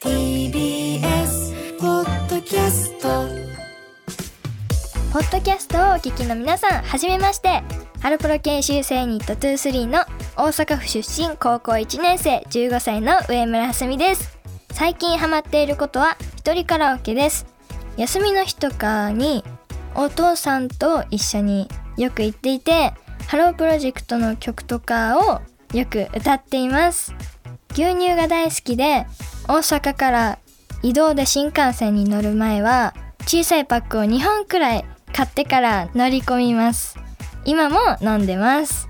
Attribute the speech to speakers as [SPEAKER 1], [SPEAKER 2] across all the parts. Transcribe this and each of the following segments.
[SPEAKER 1] TBS ポッドキャスト
[SPEAKER 2] ポッドキャストをお聞きの皆さん、はじめまして。ハロプロ研修生ユニット23の大阪府出身高校1年生15歳の上村はすみです。最近ハマっていることは一人カラオケです。休みの日とかにお父さんと一緒によく行っていて、ハロープロジェクトの曲とかをよく歌っています。牛乳が大好きで大阪から移動で新幹線に乗る前は小さいパックを2本くらい買ってから乗り込みます今も飲んでます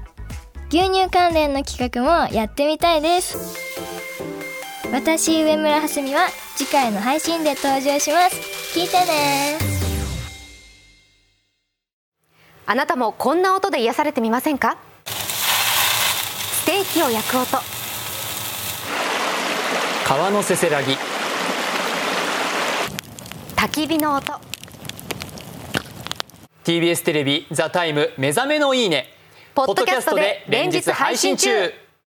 [SPEAKER 2] 牛乳関連の企画もやってみたいです私上村はすみは次回の配信で登場します聞いてね
[SPEAKER 3] あなたもこんな音で癒されてみませんかステーキを焼く音
[SPEAKER 4] 川のせせらぎ
[SPEAKER 3] 焚き火の音
[SPEAKER 4] TBS テレビ「ザタイム目覚めのいいね」
[SPEAKER 3] ポッドキャストで連日配信中